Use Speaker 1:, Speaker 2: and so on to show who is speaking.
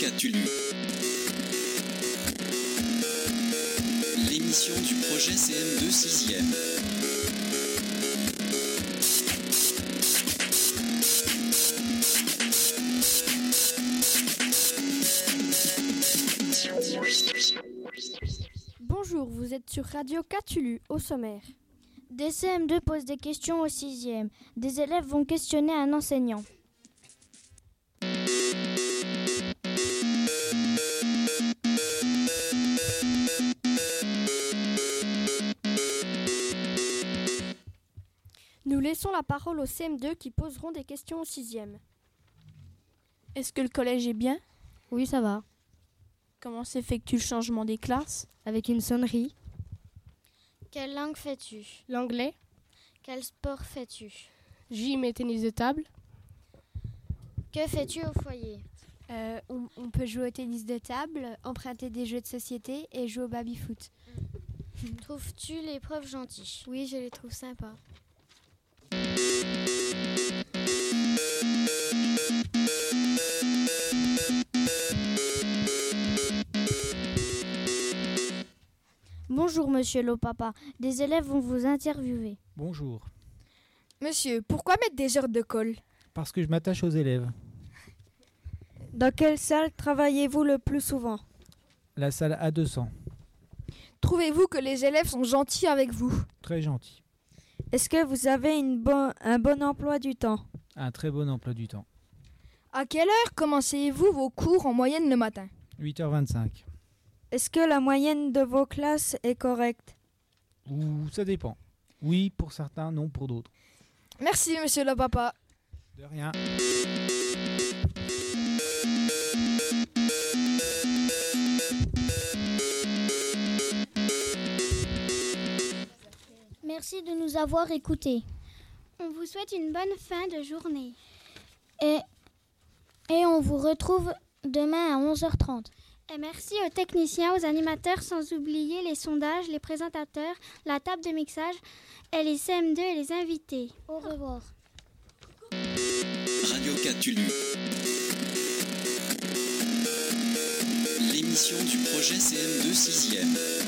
Speaker 1: Qu'as-tu lu L'émission du projet CM2 6ème.
Speaker 2: Bonjour, vous êtes sur Radio Catulu, au sommaire.
Speaker 3: Des CM2 posent des questions au sixième. Des élèves vont questionner un enseignant.
Speaker 2: Nous laissons la parole aux CM2 qui poseront des questions au sixième. Est-ce que le collège est bien
Speaker 4: Oui, ça va.
Speaker 2: Comment s'effectue le changement des classes
Speaker 4: Avec une sonnerie.
Speaker 3: Quelle langue fais-tu
Speaker 5: L'anglais,
Speaker 3: Quel sport fais-tu
Speaker 5: gym et tennis de table.
Speaker 3: Que fais-tu au foyer
Speaker 6: Euh, on, on peut jouer au tennis de table, emprunter des jeux de société et jouer au baby-foot.
Speaker 3: Trouves-tu l'épreuve gentille
Speaker 6: Oui, je les trouve sympas.
Speaker 3: Bonjour monsieur Lopapa, des élèves vont vous interviewer.
Speaker 7: Bonjour,
Speaker 8: Monsieur, pourquoi mettre des heures de colle
Speaker 7: parce que je m'attache aux élèves.
Speaker 8: Dans quelle salle travaillez-vous le plus souvent
Speaker 7: La salle A200,
Speaker 8: Trouvez-vous que les élèves sont gentils avec vous
Speaker 7: très gentil,
Speaker 8: Est-ce que vous avez une bon- un bon emploi du temps
Speaker 7: un très bon emploi du temps.
Speaker 8: À quelle heure commencez-vous vos cours en moyenne le matin
Speaker 7: 8h25.
Speaker 8: Est-ce que la moyenne de vos classes est correcte
Speaker 7: Ou ça dépend. Oui pour certains, non pour d'autres.
Speaker 8: Merci monsieur le papa.
Speaker 7: De rien.
Speaker 3: Merci de nous avoir écoutés.
Speaker 9: On vous souhaite une bonne fin de journée.
Speaker 3: Et, et on vous retrouve demain à 11h30.
Speaker 9: Et merci aux techniciens, aux animateurs, sans oublier les sondages, les présentateurs, la table de mixage et les CM2 et les invités.
Speaker 3: Au revoir.
Speaker 1: Radio Catulu. L'émission du projet CM2 6ème.